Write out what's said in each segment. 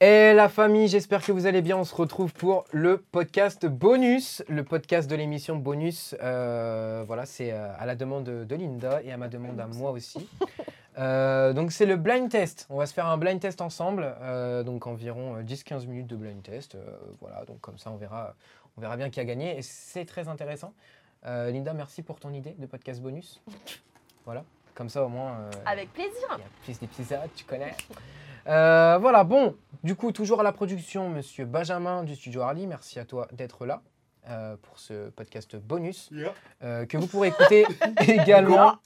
Et la famille, j'espère que vous allez bien. On se retrouve pour le podcast bonus, le podcast de l'émission bonus. Euh, voilà, c'est euh, à la demande de, de Linda et à ma demande à moi aussi. Euh, donc c'est le blind test. On va se faire un blind test ensemble. Euh, donc environ euh, 10-15 minutes de blind test. Euh, voilà, donc comme ça on verra, on verra bien qui a gagné. Et c'est très intéressant. Euh, Linda, merci pour ton idée de podcast bonus. Voilà, comme ça au moins. euh, Avec plaisir. il y a plus d'épisodes, tu connais. Euh, voilà, bon, du coup, toujours à la production, monsieur Benjamin du studio Harley, merci à toi d'être là euh, pour ce podcast bonus euh, que vous pourrez écouter également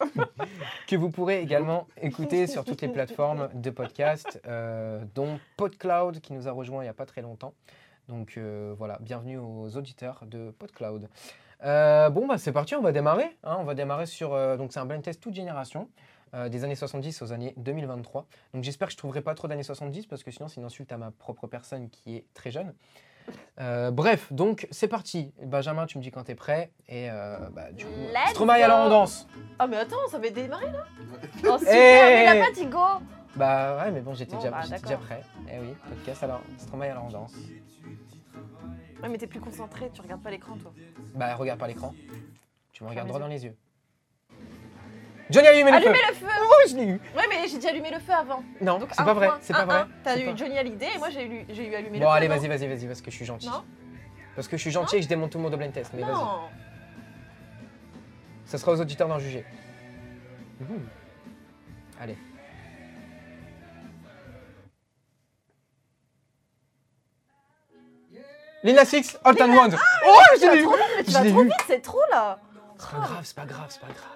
que vous pourrez également écouter sur toutes les plateformes de podcast, euh, dont PodCloud qui nous a rejoint il n'y a pas très longtemps. Donc euh, voilà, bienvenue aux auditeurs de PodCloud. Euh, bon, bah, c'est parti, on va démarrer. hein, on va démarrer sur. euh, donc, c'est un blind test toute génération, euh, des années 70 aux années 2023. Donc, j'espère que je ne trouverai pas trop d'années 70 parce que sinon, c'est une insulte à ma propre personne qui est très jeune. Euh, bref, donc, c'est parti. Benjamin, tu me dis quand t'es prêt. Et euh, bah, du coup, Let's Stromae alors on go. danse. Oh mais attends, ça va démarrer là Oh Eh, super, Hey. mais la fatigo Bah ouais, mais bon, j'étais Bon, déjà, bah, j'étais déjà d'accord. prêt. Eh oui, podcast alors, Stromae alors on danse. Ouais mais t'es plus concentré, tu regardes pas l'écran toi. Bah regarde par l'écran. Tu me regardes les droit dans les yeux. Johnny, allumez le feu Allumez le feu Oh, je l'ai eu Ouais mais j'ai dit allumer le feu avant. Non, Donc c'est un pas vrai, point, c'est un, pas vrai. un. T'as c'est pas- eu Johnny à l'idée et moi j'ai eu, j'ai eu allumé Bon, le feu. allez, non vas-y, vas-y, vas-y, parce que je suis gentil. Non Parce que je suis gentil et que je démonte tout le monde au blind test, mais vas-y. Non Ça sera aux auditeurs d'en juger. Mhm. Allez. Lina Six, All Time One Oh, je Tu vas l'ai eu Je l'ai Ah, trop vite, mais tu vas trop eu. vite, c'est trop là Ah, C'est pas grave, c'est pas grave, c'est pas grave.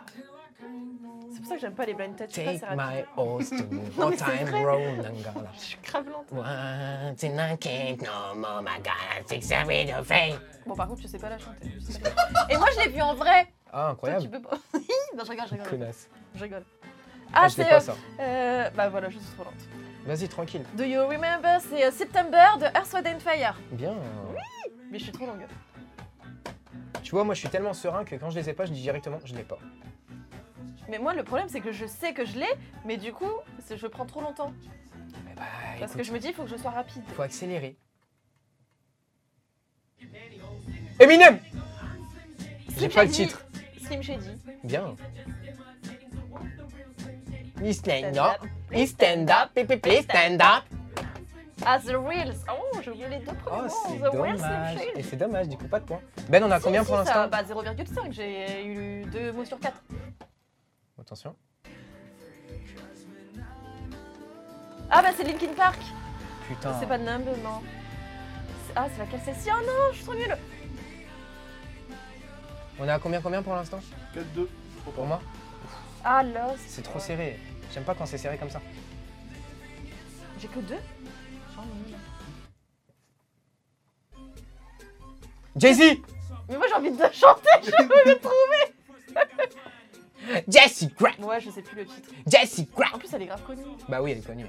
C'est pour ça que j'aime pas les blind tests, je sais Take pas, c'est rapide. my horse to move Non, on mais c'est time vrai. road Nangala. Je suis grave lente. Once in a cake, no more, my God, six every day fake. Bon par contre tu sais pas la chanter. je sais pas. Et moi je l'ai vu en vrai Ah, Toi tu incroyable. peux pas... Non je rigole, je rigole, Connasse. je rigole. Ah, Ah je l'ai c'est... euh, pas ça. euh, Bah voilà, je suis trop lente. Vas-y, tranquille. Do you remember c'est euh, September de Earth, Wind and Fire Bien. Mais je suis trop longue. Tu vois, moi, je suis tellement serein que quand je les ai pas, je dis directement, je l'ai pas. Mais moi le problème c'est que je sais que je l'ai, mais du coup c'est- je prends trop longtemps. Mais bah, Parce que écoute, je me dis il faut que je sois rapide. faut accélérer. Eminem J'ai pas le Shady. titre. Slim Shady. Bien. He stand up, Stand up. Oh, he stand up, he- he- he stand up. Ah The Reels. Oh j'ai oublié les deux premiers Oh, c'est mots. The Reels Slim dommage. Et Shady. c'est dommage, du coup, pas de points. Ben, on a Si, combien si, pour ça- l'instant Bah 0,5, j'ai eu deux mots sur quatre. Attention. Ah bah c'est Linkin Park. Putain. C'est pas Numb, non. C'est- Ah c'est laquelle celle-ci Oh non, je suis trop nulle. On est à combien, combien pour l'instant 4-2. Pour moi Ah Lost. C'est trop serré. J'aime pas quand c'est serré comme ça. J'ai que deux J'en ai mis. Jay-Z Mais moi j'ai envie de chanter, je veux le trouver. Jessica Ouais, je sais plus le titre. Jessica En plus, elle est grave connue. Bah oui, elle est connue.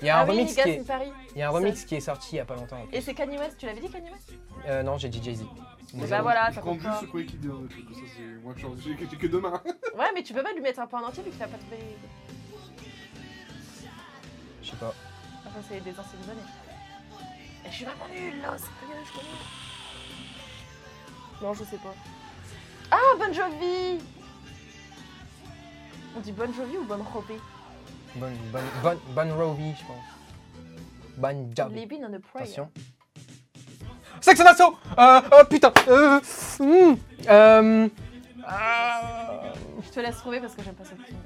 Il y a un ah oui, remix, Niggas qui in est, Paris. il y a un remix qui est sorti il y a pas longtemps. Et c'est Kanye West, tu l'avais dit Kanye West Euh, non, j'ai dit Jay-Z. Mais bah voilà, Je ça prends compte plus pas. ce quoi qui vient. Ça, c'est moi que j'en- j'ai j'ai que deux mains. Ouais, mais tu peux pas lui mettre un point en entier vu qu'il a pas trouvé. Je sais pas. Enfin, c'est des anciennes années. Et je suis vraiment nulle là, c'est pas bien, je connais. Non, je sais pas. Ah, Bon Jovi On dit Bon Jovi ou Bon Jovi Bon, bon, bon, bon Rovi, je pense. Bon job. Living on a Prayer. Attention. Sex and Assault euh, Oh putain euh, hmm, euh, ah, Je te laisse trouver parce que j'aime pas cette film.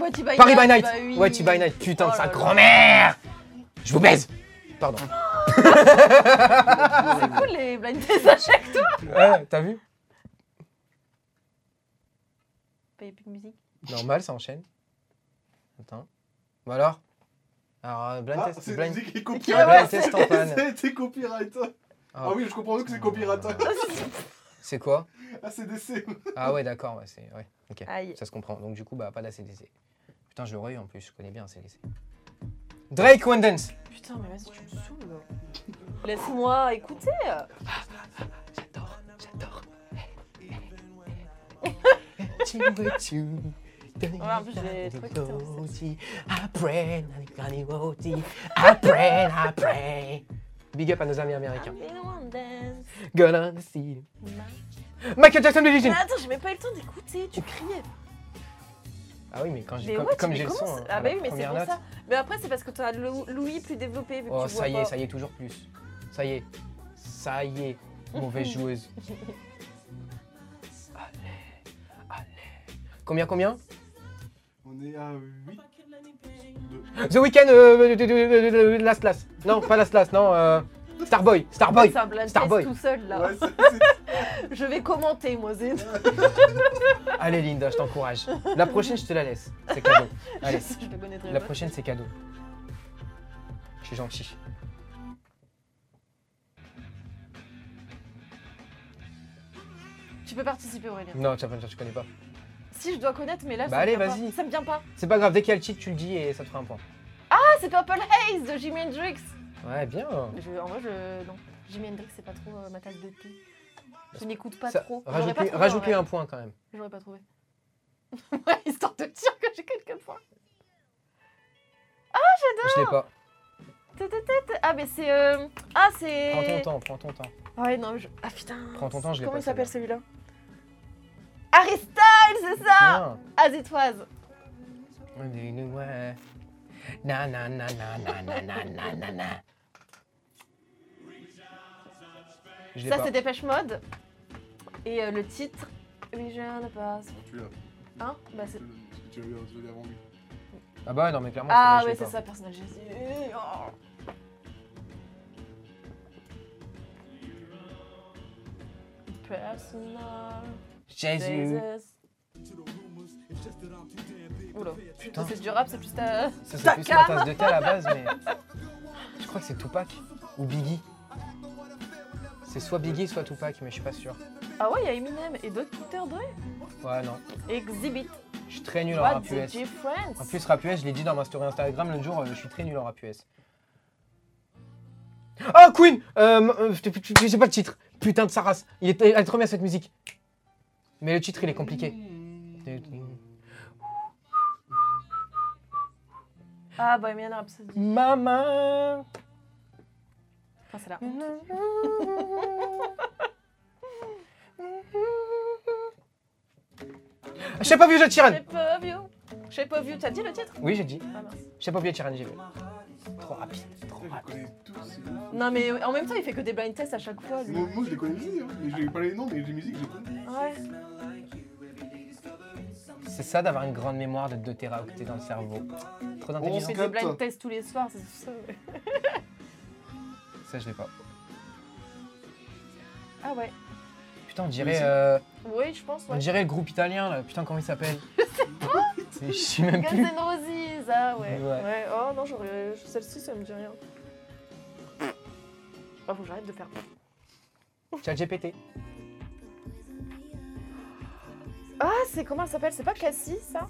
What by Paris by Night, Night bah oui. Ouais, by Night, putain, Oh sa là là. grand-mère Je vous baise Pardon. C'est cool les blind tests à chaque Ouais, Euh, T'as vu Baby music. Normal, ça enchaîne. Attends. Bon alors Alors, euh, blind Ah, test, c'est blind, c'est qui est C'est qui, ouais, copyright. blind test en panne. C'est copyright. Ah oui, je comprends mieux que c'est copyright. Ah. C'est quoi Ah, c'est DC. Ah ouais, d'accord, ouais, c'est... Ouais, ok. Aïe. Ça se comprend. Donc du coup, bah, pas d'ACDC. Putain, je l'aurais eu en plus, je connais bien ACDC. Drake One Dance Putain, mais vas-y, tu me saoules. Laisse-moi écouter. J'adore, j'adore. Tu veux tu en plus, j'ai trop écouté en Après, après, après. Big up à nos amis américains. Gonna see. Michael Jackson de Mais l'origine. attends, j'ai même pas eu le temps d'écouter, tu criais. Ah oui, mais quand j'ai Mais comme, what, comme mais j'ai le son. comment hein, ça- à Ah bah la oui, mais c'est première pour note. ça. Mais après, c'est parce que t'as le Louis plus développé vu que Oh, tu vois ça y est, pas. ça y est, toujours plus. Ça y est. Ça y est, mauvaise joueuse. Allez, allez. Combien, combien On est à 8. The Weeknd, euh, euh, euh, euh, Last Last. Non, pas Last Last, non. euh, Starboy, Starboy. C'est un blind Ah bah Starboy. test tout seul là. Ouais, c'est- c'est- Je vais commenter, moi, Zed. Allez, Linda, je t'encourage. La prochaine, je te la laisse. C'est cadeau. Allez, Je je te connaîtrai la pas. prochaine, c'est cadeau. Je suis gentil. Tu peux participer, Aurélien. Non, tiens, je connais pas. Si, je dois connaître, mais là, Bah ça me allez, vient pas. vas-y. Ça me vient pas. C'est pas grave, dès qu'il y a le cheat, tu le dis et ça te fera un point. Ah, c'est Purple Haze de Jimi Hendrix. Ouais, bien. Je- en vrai, je. Non. Jimi Hendrix, c'est pas trop euh, ma tasse de thé. Je n'écoute pas Ça- trop. J'aurais pas Rajoute-lui trouvé, en rajoute-lui vrai. un point quand même. J'aurais pas trouvé. ouais, histoire de dire que j'ai quelques points. Je l'ai pas. Ta, ta, ta, ta. Ah, mais c'est. euh, Ah, Prends ton c'est. temps, prends ton temps. Ouais, non, je. Ah putain. Prends ton temps, je l'ai Comment pas, il s'appelle celui-là Harry Styles, c'est ça Bien. As it was. Ouais. Na na na na na na na na na na. Je l'ai Ça, pas. c'est Dépêche Mode. Et euh, le titre. Oui, je ne passe. Bon, Tu l'as. Hein Bah, c'est. Tu- Tu l'as tu l'as avant lui. Ah bah non mais clairement. Ah, celui-là, ouais, je l'ai c'est ça, personnage Jésus. Oh. Personal. pas. Jésus. Jesus. Oula, c'est du rap, c'est euh, plus ta. Ça c'est Ta plus ma tasse de thé à la base mais. Je crois que c'est Tupac ou Biggie. C'est soit Biggie soit Tupac mais je suis pas sûr. Ah ouais, il y a Eminem et d'autres Peter Dre. Ouais non. Exhibit. Je suis très nul en What rap the US. difference? En plus rap US, je l'ai dit dans ma story Instagram l'autre jour, euh, je suis très nul en rap US. Oh Queen euh, m- euh, je- je- je- J'ai pas le titre. Putain de sa race. Il est, elle est trop bien cette musique. Mais le titre il est compliqué. Ah, Bohemian Rhapsody. Maman. Enfin, c'est là. Mm-hmm. Shape of You de Sheeran. Shape of You. Shape of You, t'as dit le titre? Oui j'ai dit. Ah, mince. Shape of You de Sheeran j'ai vu. Trop rapide. Trop Putain, Je les rapide. connais tous. ces noms. Non, mais en même temps, il fait que des blind tests à chaque fois, lui. Moi, moi, je les connais aussi, hein. mais j'ai pas les noms, mais les musiques, j'ai connu. Ouais. C'est ça d'avoir une grande mémoire de 2 téraoctets dans le cerveau. Trop Il d'intelligence. fait des blind tests tous les soirs, c'est ça. ouais. Ça je l'ai pas. Ah ouais. Putain on dirait, Vas-y. euh, Oui, je pense, on ouais. dirait le groupe italien là. Putain comment il s'appelle Je sais même Guns plus. N' Roses, ah ouais. Ouais. Ouais. Oh non, j'aurais- celle-ci, ça me dit rien. Ah, faut que j'arrête de faire. Chat GPT. Ah, c'est comment elle s'appelle C'est pas Cassie, ça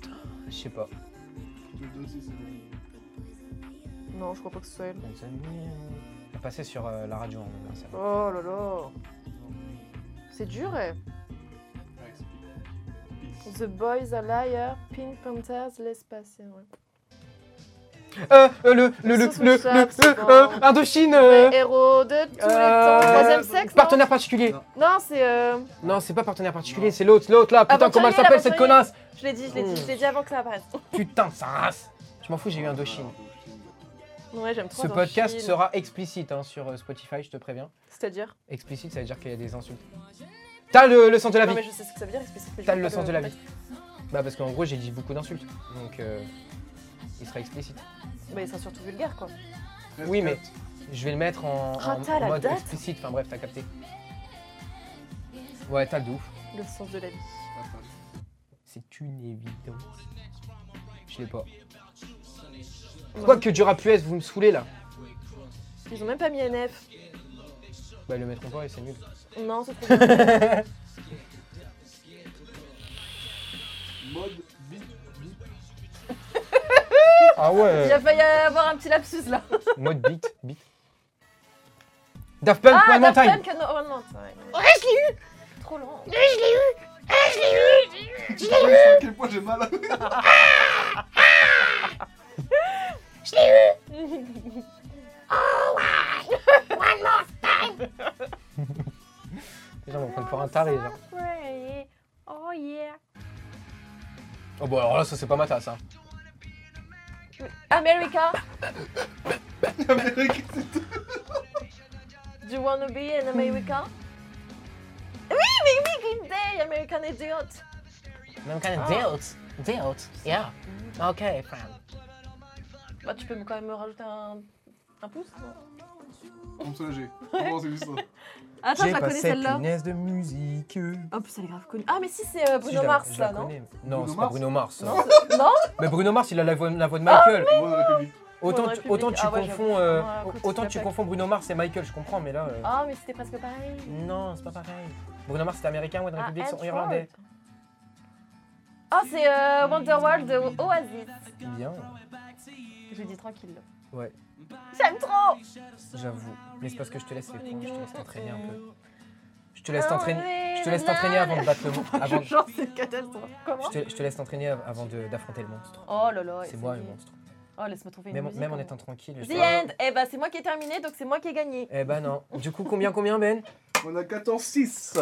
Je sais pas. Je le donne aussi, c'est bon. Non, je crois pas que ce soit elle. On passait sur euh, la radio. on va faire ça. Oh là là. C'est dur, eh. Ouais, c'est- The Boys are Liar, Pink Panthers, laisse passer, ouais. Euh, euh, le, le, le, Ça, ça, le, ça, le, c'est le, bon. euh, Indochine. euh, Héros de tous les euh, temps. Troisième sexe non Partenaire particulier. Non. Non, c'est. euh, Non, c'est pas partenaire particulier, Non. c'est l'autre, l'autre là. Putain, comment elle Aventurier, s'appelle cette l'aventurier. connasse Je l'ai dit, je l'ai dit, je l'ai dit avant que ça apparaisse. Putain, sa race. Je m'en fous, j'ai eu Ah, Indochine. Ouais, j'aime trop. Ce dans podcast Chine. sera explicite hein, sur euh, Spotify, je te préviens. C'est-à-dire Explicite, ça veut dire qu'il y a des insultes. T'as le, le sens de la Non, mais vie. je sais ce que ça veut dire, explicite, mais je T'as vais le pas sens de la mettre. vie. Bah, parce qu'en gros, j'ai dit beaucoup d'insultes. Donc, euh, il sera explicite. Bah, ils sont surtout vulgaires, quoi. Oui, mais je vais le mettre en, en- Ah, t'as en la mode date explicite. Enfin, bref, t'as capté. Ouais, t'as le de ouf. Le sens de la vie. Attends, C'est une évidence. Je l'ai pas. Ouais. Quoi que du rap US, vous me saoulez là. Ils ont même pas mis NF. Bah, ils le mettront pas et c'est nul. Non, c'est trop bien. Mode bip bip. Ah Il a failli avoir un petit lapsus là. Mode beat, beat. Daft Punk, One More Ah, Daft Time. oh, Punk, no, One More Time. Ouais, je l'ai eu Trop lent. Je sais pas à quel point j'ai mal. Les gens vont prendre pour un taré, genre. Ouais. Oh yeah. Oh, bon, alors là, ça, c'est pas ma tasse, hein. America, Amérique, c'est tout. do you wanna be an American? Oui, mais oui, Green Day, American Idiot. Même kind of dealt. Dealt, yeah. Ah. Ok, friend. Bah, tu peux me- quand même me rajouter un, un pouce non Pour me soulager. Vraiment, c'est juste ça. Ah, Attends, je la connais celle-là. punaise de musique. Oh, putain, elle est grave connue. Ah, mais si, c'est euh, Bruno Mars, là, non Non, Bruno c'est pas Mars Bruno Mars. Non, ça. c'est- non Ah, Mais Bruno Mars, il a la voix, la voix de Michael. Moi, la République. autant, Voix de tu, République. autant tu Ah ouais, confonds, j'avoue. euh, Ah, écoute, autant la tu plaque. confonds Bruno Mars et Michael, je comprends, mais là. euh, Ah, mais c'était presque pareil. Non, c'est pas pareil. Bruno Mars, c'est américain, One Republic, Ah, sont Edward. irlandais. Ah, c'est euh, Wonderworld de Oasis. Eh Bien, Je dis tranquille. Ouais. J'aime trop j'avoue. Mais c'est parce que je te laisse les points, je te laisse t'entraîner un peu. Je te Ah, laisse t'entraîner. Je te laisse t'entraîner avant de battre le monde. Avant, je, Genre, c'est une catastrophe. Comment te, je te laisse t'entraîner av- avant de- d'affronter le monstre. Oh là là. c'est moi le essayez. monstre. Oh, laisse-moi trouver une Même, musique, même en hein. étant tranquille. je The sais pas. end Eh bah, c'est moi qui ai terminé, donc c'est moi qui ai gagné. Eh ben non. Du coup, combien, combien, Ben On a 14-6.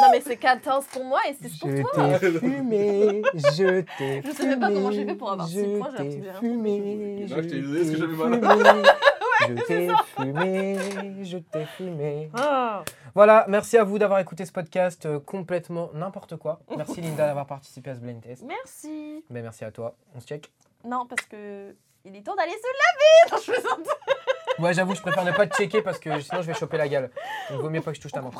Non, mais c'est 14 pour moi et 6 pour toi. Ah, t'ai fumé, je t'ai Je sais même pas comment j'ai fait pour avoir six je points, j'ai t'ai absolument rien fumé, compris. Là, Bah, je t'ai donné ce que j'avais mal. je t'ai fumé, je t'ai fumé. Ah. Voilà, merci à vous d'avoir écouté ce podcast euh, complètement n'importe quoi. Merci Linda d'avoir participé à ce blind test. Merci. Ben, merci à toi, on se check. Non, parce que il est temps d'aller se laver. Non, je plaisante. Ouais, j'avoue, je préfère ne pas te checker parce que sinon je vais choper la gale. Donc vaut mieux pas que je touche ta main.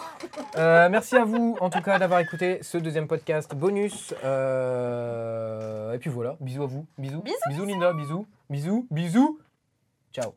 Euh, merci à vous en tout cas d'avoir écouté ce deuxième podcast bonus. Euh, Et puis voilà, bisous à vous, bisous. Bisous, bisous Linda, bisous, bisous, bisous. Ciao.